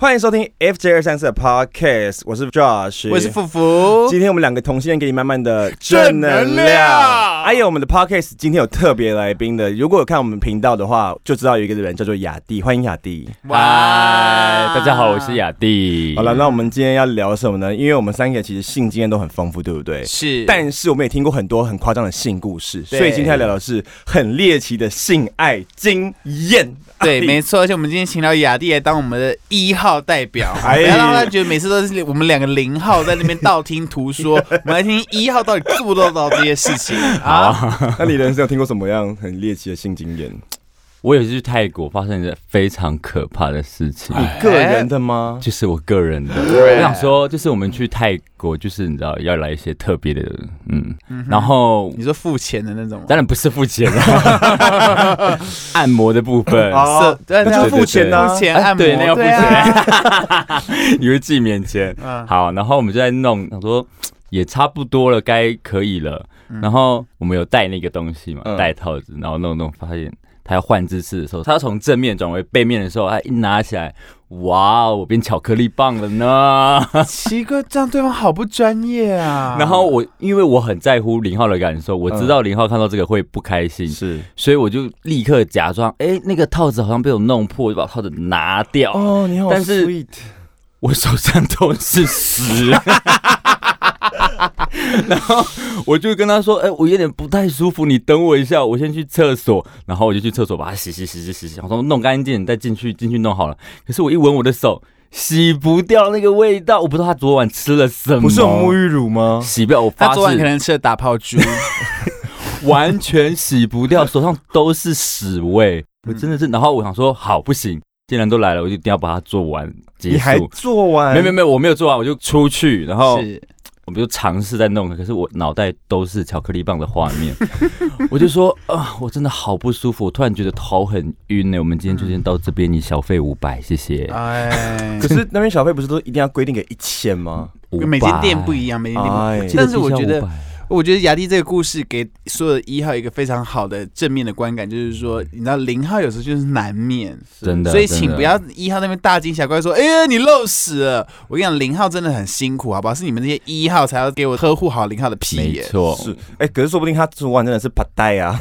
欢迎收听 FJ 二三四的 Podcast，我是 Josh，我是福福，今天我们两个同性恋给你满满的正能量还哎有我们的 podcast 今天有特别来宾的，如果有看我们频道的话，就知道有一个人叫做雅蒂，欢迎雅蒂。嗨，大家好，我是雅蒂。好了，，那我们今天要聊什么呢？因为我们三个其实性经验都很丰富，对不对？是，但是我们也听过很多很夸张的性故事，所对以今天要聊的是很猎奇的性爱经验。 对，哎没错，而且我们今天请到雅蒂来当我们的一号代表， 哎不要让他觉得每次都是我们两个零号在那边道听途 说，我们来听听一号到底做不做到这些事情啊？那你人生有听过什么样很猎奇的性经验？我也是去泰国发生了非常可怕的事哎情，你个人的吗？就是我个人的。我想说，就是我们去泰国，就是你知道要来一些特别的，嗯，然后你说付钱的那种吗？当然不是付钱了， 按摩的部分。哦色对，那就是付钱啊付钱哎按摩，对，那要付对啊钱， 以为自己免钱。嗯好，然后我们就在弄，想说也差不多了，该可以了。嗯然后我们有戴那个东西嘛嗯，戴套子，然后弄弄，发现他要换姿势的时候，他要从正面转为背面的时候，他一拿起来，哇哦，我变巧克力棒 了啊呢。奇怪，这样对方好不专业啊。然后我因为我很在乎林浩的感受，我嗯知道林浩看到这个会不开心，是所以我就立刻假装，哎，那个套子好像被我弄破，我就把套子拿掉。哦，你好 sweet，但是我手上都是屎。 然后我就跟他说：“哎、我有点不太舒服，你等我一下，我先去厕所。”然后我就去厕所把它洗洗洗洗洗洗，然后弄干净，你再进去进去弄好了。可是我一闻我的手，洗不掉那个味道，我不知道他昨晚吃了什么，不是有沐浴乳吗？洗不掉，我他发昨晚可誓能吃了打泡 猪，完全洗不掉，手上都是屎味，我真的是。然后我想说，好不行，既然都来了，我就一定要把它做完结你还束。做完？没有没有没有，我没有做完，我就出去，然后哦 是我们就尝试在弄，可是我脑袋都是巧克力棒的画面， 我就说啊、我真的好不舒服，我突然觉得头很晕呢、我们今天就先到这边，你小费五百，谢谢。哎可，是那边小费不是都一定要规定给一千吗？ 500每间店不一样，每间店不一样。哎，记得但是我必须要觉得500我觉得雅蒂这个故事给所有的一号一个非常好的正面的观感，就是说，你知道零号有时候就是难免，真的，所以真的请不要一号那边大惊小怪说，哎呀你漏屎了。我跟你讲，零号真的很辛苦，好不好？是你们这些一号才要给我呵护好零号的屁没眼，错，是，哎、可是 说不定他昨晚真的是帕泰 啊，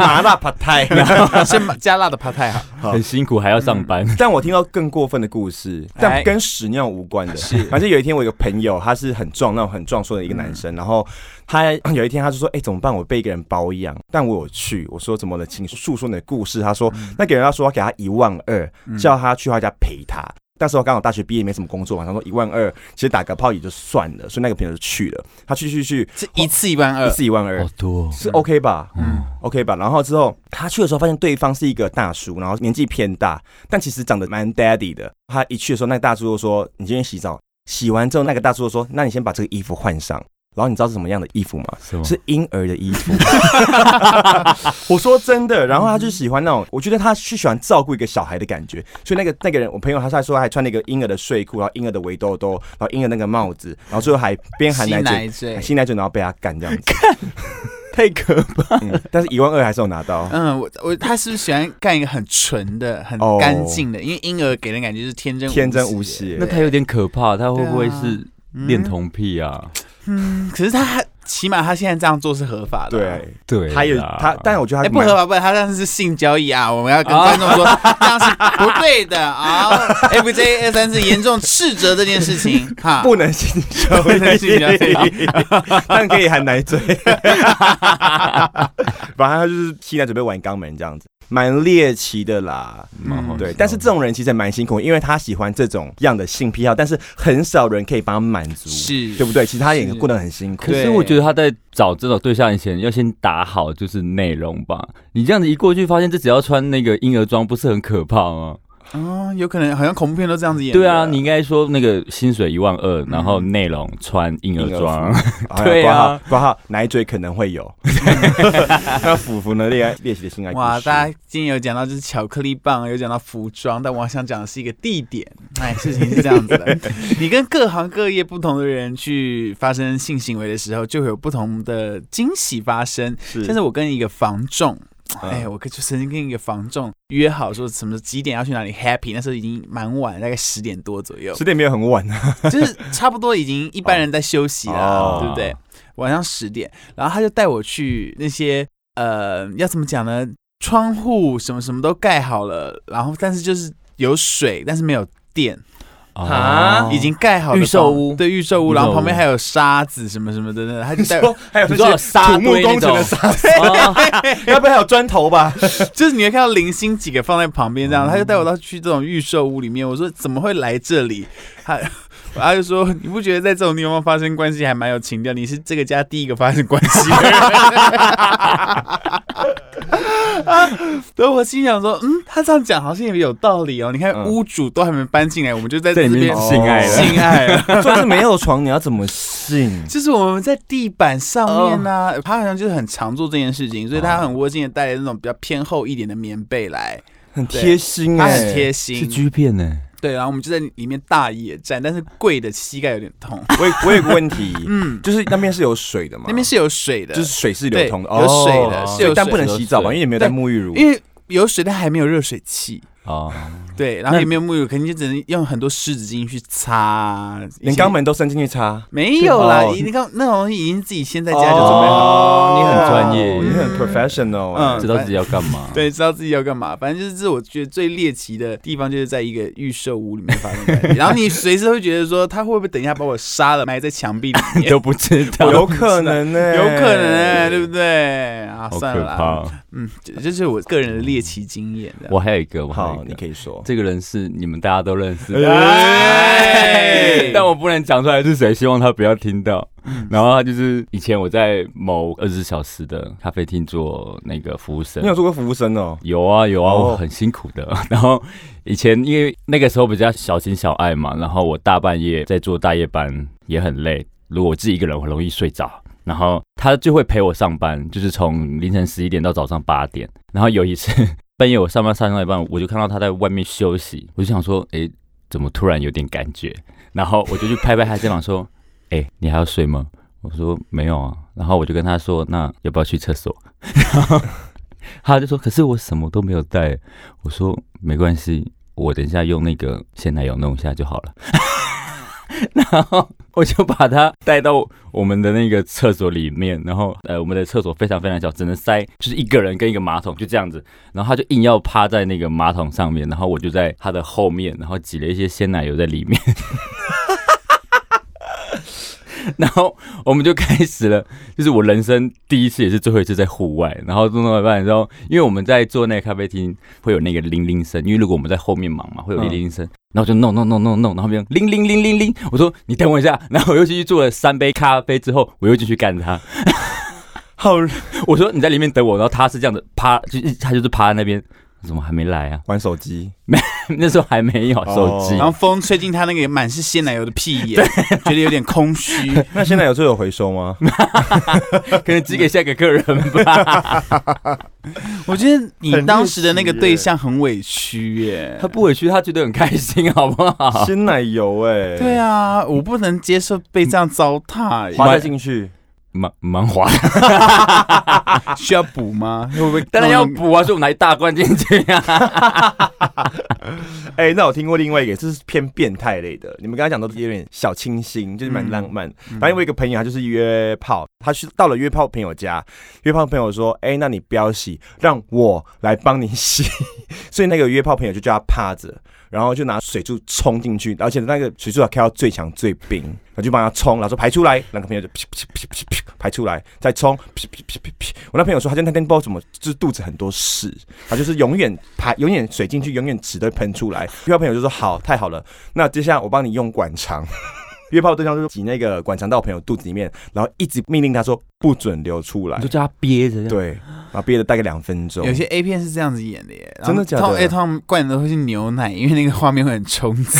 麻辣啊帕 泰。 先把加辣的怕太好。好很辛苦还要上班， 但我听到更过分的故事，但哎跟屎尿无关的。是，反正有一天我有个朋友，他是很壮，那种很壮硕的一个男生，然后他有一天他就说：“哎、怎么办？我被一个人包养。”但我有去，我说：“怎么了？请诉说你的故事。”他说：“那个人要说要给他一万二，叫他去他家陪他。”那时候刚好大学毕业，没什么工作嘛，他说一万二，其实打个炮也就算了，所以那个朋友就去了。他去去去，这一次一万一二，次一万二好，多是 OK 吧？嗯嗯 OK 吧，然后之后他去的时候发现对方是一个大叔，然后年纪偏大，但其实长得蛮 daddy 的。他一去的时候，那个大叔就说：“你今天洗澡，洗完之后，那个大叔就说：‘那你先把这个衣服换上。’然后你知道是什么样的衣服吗？啊是吗？是婴儿的衣服。 我说真的，然后他就喜欢那种，我觉得他是喜欢照顾一个小孩的感觉。所以那个那个人，我朋友他在说还穿了一个婴儿的睡裤，然后婴儿的围兜兜，然后婴儿那个帽子，然后最后还边含吸奶嘴奶嘴。吸奶嘴，然后被他干这样子。太可怕， 嗯，但是一万二还是有拿 到。嗯，我我他是不是喜欢干一个很纯的、很哦干净的？因为婴儿给人感觉就是天真天真无邪那他有点可怕，他会不会对啊是嗯恋童癖啊？嗯，可是他还起码他现在这样做是合法的啊、对，对啦，还有他，但我觉得他哎、不合蛮法，不合法，他那是性交易啊！我们要跟啊观众说，这样是不对的啊！FJ 二三是严重斥责这件事情，哈，不能性交易，不能性交易 但可以含奶嘴。反正他就是现在准备玩肛门这样子，蛮猎奇的啦。蛮嗯好笑的对，但是这种人其实也蛮辛苦，因为他喜欢这种样的性癖好，但是很少人可以帮他满足，是对不对？其实他也是过得很辛苦可。是对我觉得他在找这种对象以前，要先打好就是内容吧。你这样子一过去，发现这只要穿那个婴儿装，不是很可怕吗？哦，有可能好像恐怖片都这样子演的。对啊，你应该说那个薪水一万二，然后内容穿婴儿装，哎呀对啊挂号挂号奶嘴可能会 有， 那符符呢？猎猎奇的性爱故事哇，大家今天有讲到就是巧克力棒，有讲到服装，但我好想讲的是一个地点。哎，事情是这样子 的，你跟各行各业不同的人去发生性行为的时候，就会有不同的惊喜发生。是像是我跟一个房仲。嗯哎、我跟就曾经跟一个房仲约好说什么几点要去哪里 happy，那时候已经蛮晚，大概十点多左右 十，点没有很 晚啊，就是差不多已经一般人在休息啦，哦对不对？晚上十点，然后他就带我去那些呃，要怎么讲呢？窗户什么什么都盖好了，然后但是就是有水，但是没有电，啊 啊，嗯已经盖好的预售房屋对预售预售屋，然后旁边屋还有沙子什么什么的，那他就带我，还有你那说些有沙土木堆那工程种的 沙，啊要不然还有砖头 吧？就是你会看到零星几个放在旁边这嗯样，他就带我到去这种预售屋里面，我说怎么会来这里？他 他就说你不觉得在这种地方发生关系还蛮有情调？你是这个家第一个发生关系的人。 然后我心想说，嗯，他这样讲好像也有道理哦。你看嗯屋主都还没搬进来，我们就在在这里面边哦性爱了，性爱了。重 点是没有床，你要怎么信？就是我们在地板上面呢、哦他好像就是很常做这件事情，所以他很窝心的带了那种比较偏厚一点的棉被来，很贴心他哎，很贴心，是 G 片呢，对，然后我们就在里面大野战，但是跪的膝盖有点痛。啊我有我有个问题， 嗯，就是那边是有水的吗？那边是有水的，就是水是对流通的，有哦水的，所是对有但水不能的洗澡吧，因为也没有带沐浴乳。因为有水，但还没有热水器。哦，对，然后那也没有沐浴乳，肯定就只能用很多湿纸巾去擦。啊连肛门都伸进去擦，没有啦，哦已经刚那种东西已经自己先在在家就准备好。 哦你很专业你很嗯 professional 哎。嗯知道自己要干嘛， 对，知道自己要干嘛，反正就是这是我觉得最猎奇的地方，就是在一个预售屋里面发生关系。然后你随时会觉得说，他会不会等一下把我杀了，埋在墙壁里面？ 都不知道，有可能哎呢，有可能、欸，对不对？啊，好算了可啦，怕。哦嗯，这这是我个人的猎奇经验的。我还有一个，我还有好，一你个，可以说。这个人是你们大家都认识的，哎但我不能讲出来是谁，希望他不要听到。然后他就是以前我在某二十四小时的咖啡厅做那个服务生你，有做过服务生哦？有啊有啊，哦我很辛苦的。 然后以前因为那个时候比较小情小爱嘛，然后我大半夜在做大夜班也很累，如果我自己一个人我很容易睡着。然后他就会陪我上班，就是从凌晨十一点到早上八点。然后有一次 半夜我上班上到一半，我就看到他在外面休息，我就想说，诶，怎么突然有点感觉？然后我就去拍拍他肩膀说，诶，你还要睡吗？我说没有啊。然后我就跟他说，那要不要去厕所？ 然后他就说：“可是我什么都没有带。”我说：“没关系，我等一下用那个鲜奶油弄一下就好了。” 然后我就把它带到我们的那个厕所里面，然后呃，我们的厕所非常非常小，只能塞就是一个人跟一个马桶，就这样子。然后他就硬要趴在那个马桶上面，然后我就在他的后面，然后挤了一些鲜奶油在里面。然后我们就开始了，就是我人生第一次也是最后一次在户外，然后弄到一半之后，因为我们在做那个咖啡厅会有那个铃铃声，因为如果我们在后面忙嘛，会有铃铃声，然后就弄弄弄弄弄，然后别人铃铃铃铃铃，我说你等我一下，然后我又继续做了三杯咖啡之后，我又进去干 他，好，我说你在里面等我，然后他是这样的趴，就是他就是趴在那边，怎么还没来啊？ 玩手机，那时候还没有手机，哦然后风吹进他那个满是鲜奶油的屁眼，觉得有点空虚。那现在有这有回收 吗？可能寄给下一个客人吧。我觉得你很猎当时的那个奇对耶象很委屈耶 他。不委屈，他觉得很开心，好不好？鲜奶油哎，啊对，啊，我不能接受被这样糟蹋嗯耶，滑得进去， 蛮蛮滑需要补吗？会不会？ 当然要。补啊，所以我拿一大罐进去啊。哎，那我听过另外一个，这是偏变态类的。你们刚才讲都有点小清新，就是蛮嗯浪漫。反正我有一个朋友，他就是约炮，他去到了约炮朋友家，约炮朋友说：“哎、那你不要洗，让我来帮你洗。” 所以那个约炮朋友就叫他趴着，然后就拿水柱冲进去，而且那个水柱要开到最强最冰，我就帮他冲，然后说排出来，那个朋友就噗噗噗噗噗排出来，再冲噗噗噗噗噗。我那朋友说，他就那天不知道怎么，就是肚子很多屎，他就是永远排，永远水进去，永远屎都会喷出来。约炮朋友就说：“好，太好了，那接下来我帮你用管肠。 约炮对象就是挤那个管肠到我朋友肚子里面，然后一直命令他说不准流出来 你。叫他憋着，对，然后憋了大概两分钟。有些 A 片是这样子演的耶，然后真的假的通哎，他们灌的会是牛奶，因为那个画面会很冲击。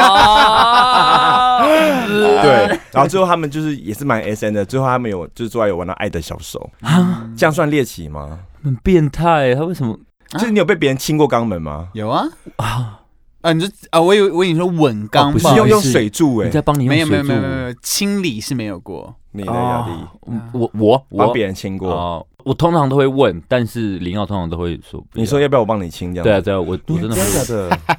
哦 对，嗯然后最后他们就是也是蛮 S N 的，最后他们有就是做爱有玩到爱的小手，啊，这样算猎奇吗？很变态。他为什么啊就是你有被别人亲过肛门吗？ 有啊，啊？啊，你就啊，我以为我以为你说稳哦肛不是是吧，用不用是水柱哎、人家帮你用没有没水有柱没有没有没有清理是没有过，你的压力哦我我帮我别人清过，哦，我通常都会问，但是林耀通常都会说不要，你说要不要我帮你清这样？对啊对啊，我我真的会真的假 的？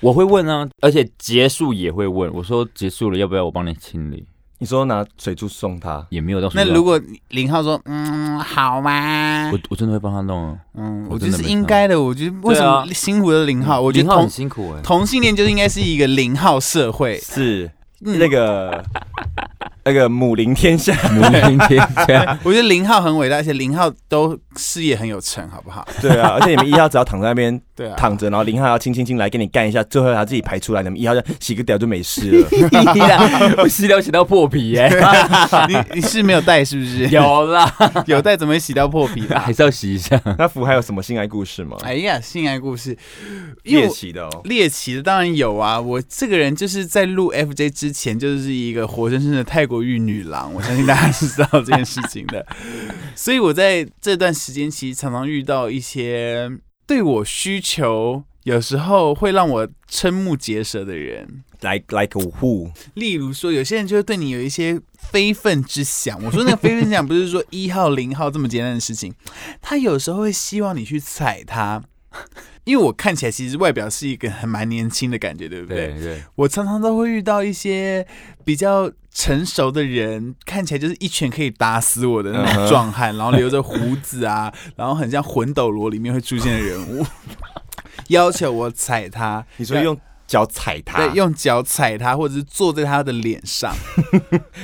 我会问啊，而且结束也会问，我说结束了要不要我帮你清理，你说拿水柱送他，也没有到什么那如果林浩说嗯好吗我？我真的会帮他弄啊，嗯，我我觉真得的是没应看嗯该的。我觉得为什么辛苦的林浩，我觉得林浩同很辛 苦哎，同性恋就是应该是一个零号社 会。 是嗯那个那个母林天下，母亲天 下我觉得零号很伟大，而且零号都事业很有成，好不好？对啊，而且你们一号只要躺在那边对啊，躺着，然后林浩要轻轻轻来给你干一下，最后他自己排出来，你们一号就洗个屌就没事了。 我洗掉洗到破皮 耶、你你是没有带是不是？有啦， 有带怎么会洗到破皮啦 还？是要洗一下。那福还有什么性爱故事吗？哎呀，性爱故事，因为猎我奇的哦，猎奇的当然有啊，我这个人就是在录 FJ 之前就是一个活生生的泰国玉女郎，我相信大家是知道这件事情的。所以我在这段时间其实常常遇到一些对我需求有时候会让我瞠目结舌的人，来来个 who 例如说有些人就会对你有一些非分之想。我说那个非分之想不是说一号零号这么简单的事情，他有时候会希望你去踩他。 因为我看起来其实外表是一个很蛮年轻的感觉，对不对对，我常常都会遇到一些比较成熟的人，看起来就是一拳可以打死我的嗯那种哼壮汉然后留着胡子啊， 然后很像《魂斗罗》里面会出现的人物， 要求我踩他，你说用脚踩他对，，用脚踩他，或者是坐在他的脸上，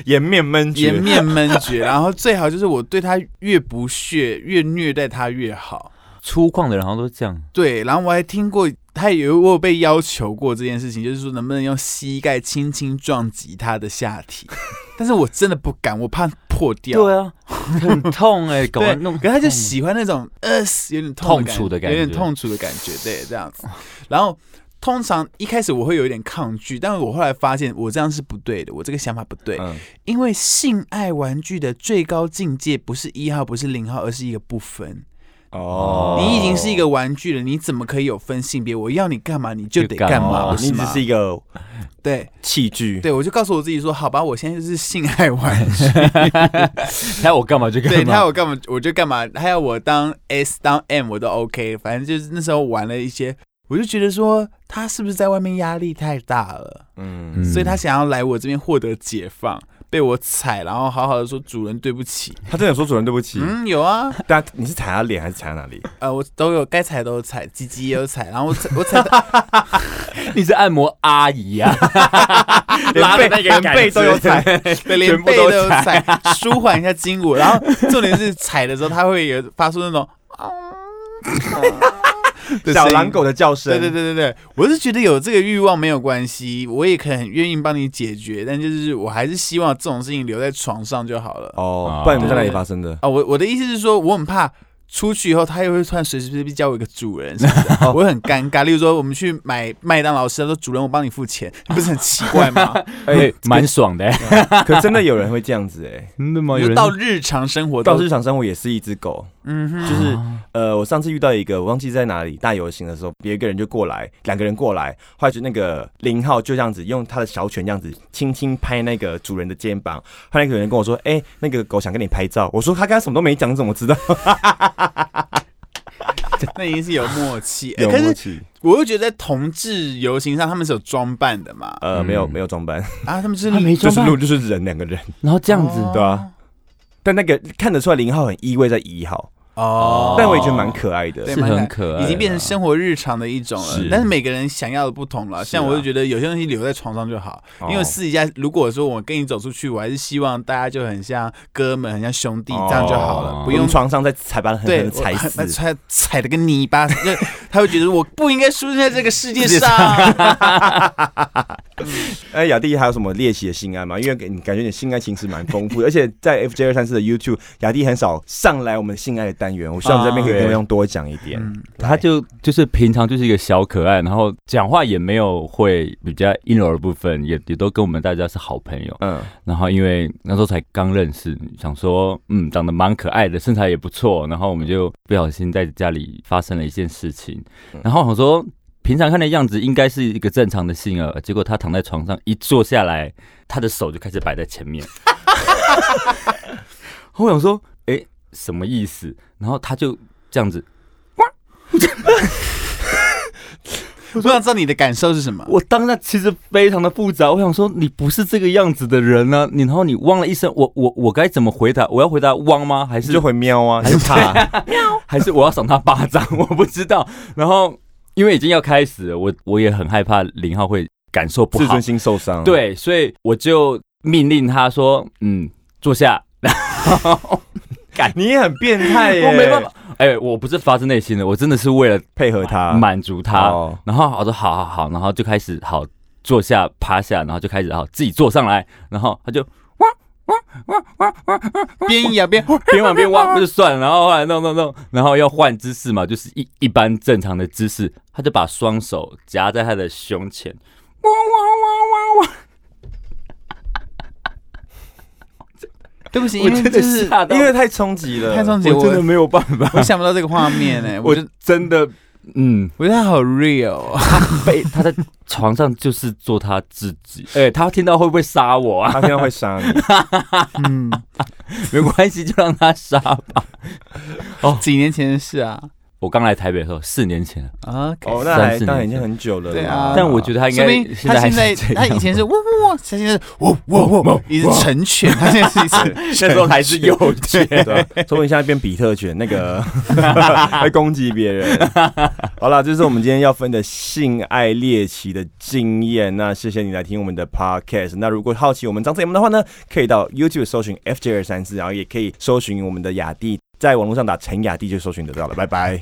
颜面闷颜绝，面闷绝，然后最好就是我对他越不屑，越虐待他越好。 粗犷的人好像都这样。对，然后我还听过，他有我有被要求过这件事情，就是说能不能用膝盖轻轻撞击他的下体， 但是我真的不敢，我怕破掉。对啊，很痛 哎、搞对完弄，可是他就喜欢那种呃，有点痛痛楚的感觉有点痛楚的感觉，对，这样子。然后通常一开始我会有一点抗拒，但我后来发现我这样是不对的，我这个想法不对，嗯，因为性爱玩具的最高境界不是一号，不是零号，而是一个不分。哦，你已经是一个玩具了，你怎么可以有分性别？我要你干嘛你就得就干干嘛嘛，哦不你是只吗？是一个对器具，对，我就告诉我自己说，好吧，我现在就是性爱玩具，他要我干嘛就干嘛。对他要我干嘛我就干嘛，他要我当 S 当 M 我都 OK，反正就是那时候玩了一些，我就觉得说他是不是在外面压力太大了，嗯，所以他想要来我这边获得解放，被我踩，然后好好的说主人对不起，他真的有说主人对不起，嗯，有啊，但你是踩他脸还是踩他哪里？呃，我都有该踩的都有踩，鸡鸡也有踩，然后我踩我踩到 你是按摩阿姨啊，拉的 那个连杆背子都有踩，对，连全部背都都有踩踩，舒缓一下筋骨。然后重点是踩的时候，它会有发出那种啊的小声音狼。狗的叫声，对对对对对，我是觉得有这个欲望没有关系，我也很愿意帮你解决，但就是我还是希望这种事情留在床上就好了。哦，不然你们在哪里发生 的？啊，我我的意思是说，我很怕出去以后，他又会突然随时随地叫我一个主人什么 的，我会很尴尬。例如说，我们去买麦当劳吃，他说主人我帮你付钱，你不是很奇怪 吗？哎，蛮爽的、欸。可真的有人会这样子哎，真的吗就到日常生活到都日常生活也是一只狗，嗯哼，就是呃，我上次遇到一个，我忘记在哪里大游行的时候，有一个人就过来，两个人过来，后来就那个零号就这样子用他的小犬这样子轻轻拍那个主人的肩膀，后来那个人跟我说，哎、那个狗想跟你拍照，我说他刚才什么都没讲，你怎么知道？那已经是有默 契。欸有可默是契？我又觉得在同志游行上，他们是有装扮的嘛，呃，没有嗯没有装扮，啊，他们是他没就装是扮路就是人两个人，然后这样子，哦对啊。但那个看得出来零号很依偎在一号，哦，但我也觉得蛮可爱的对，是很可爱啊，已经变成生活日常的一种了是。但是每个人想要的不同了，是啊像我就觉得有些东西留在床上就好，哦因为私底下如果说我跟你走出去，我还是希望大家就很像哥们，很像兄弟，这样就好哦了，不不用用。床上再踩把狠对，狠我踩还死。 踩踩的跟泥巴，就他会觉得我不应该出现在这个世界 上。哎，雅蒂还有什么猎奇的性爱吗？因为你感觉你性爱情史蛮丰富的，而且在 FJ 二三四的 YouTube，雅蒂很少上来我们性爱的单元，我希望你这边可以跟观众多讲一点。嗯他就就是平常就是一个小可爱，然后讲话也没有会比较阴柔的部分，也也都跟我们大家是好朋友。嗯，然后因为那时候才刚认识，想说嗯长得蛮可爱的，身材也不错，然后我们就不小心在家里发生了一件事情嗯，然后我想说平常看的样子应该是一个正常的性儿，结果他躺在床上一坐下来，他的手就开始摆在前面。我想说，哎、什么意思？然后他就这样子，我想知道你的感受是什么。我当下其实非常的复杂，我想说你不是这个样子的人呢、你然后你汪了一声，我我我该怎么回答？我要回答汪吗？还你是就回喵啊，你就怕还是我要赏他巴掌？ 我不知道。然后因为已经要开始了，我我也很害怕林浩会感受不自好尊，心受伤。，啊对，所以我就命令他说：“嗯，坐下。”然后你也很变态耶，我没办法，哎、我不是发自内心的，我真的是为了配合他。满足他。哦然后我说好好好，然后就开始好坐下趴下，然后就开始好自己坐上来，然后他就边咬边， 边玩边挖，那就算了。然后后来弄弄弄，然后要换姿势嘛，就是一一般正常的姿势，他就把双手夹在他的胸前，哇哇哇哇哇！ 对不起，我因为真就的是吓到，因为太冲击了，太冲击我真的我，没有办法，我想不到这个画面 哎，我我就真的嗯。我觉得他好 real 哦。被他在床上就是做他自己， 哎、他听到会不会杀我啊？ 他现在会杀你。嗯，没关系，就让他杀吧。几年前的事啊。 我刚来台北的时候，四年前了，啊，哦，那还三四年前那已经很久了啦。对啊但我觉得他应说该明现在他现还在是这他样以前是喔喔喔，他现在是喔 喔喔，一直成犬，他现在是一直那时候还是 幼稚。对啊，说不定现在变比特犬，那个 还攻击别人。好了，这是我们今天要分的性爱猎奇的经验。那谢谢你来听我们的 podcast。那如果好奇我们张节目的话呢，可以到 YouTube 搜寻 FJ 二三四，然后也可以搜寻我们的雅蒂，在网络上打陈雅蒂就搜寻得到了。拜拜。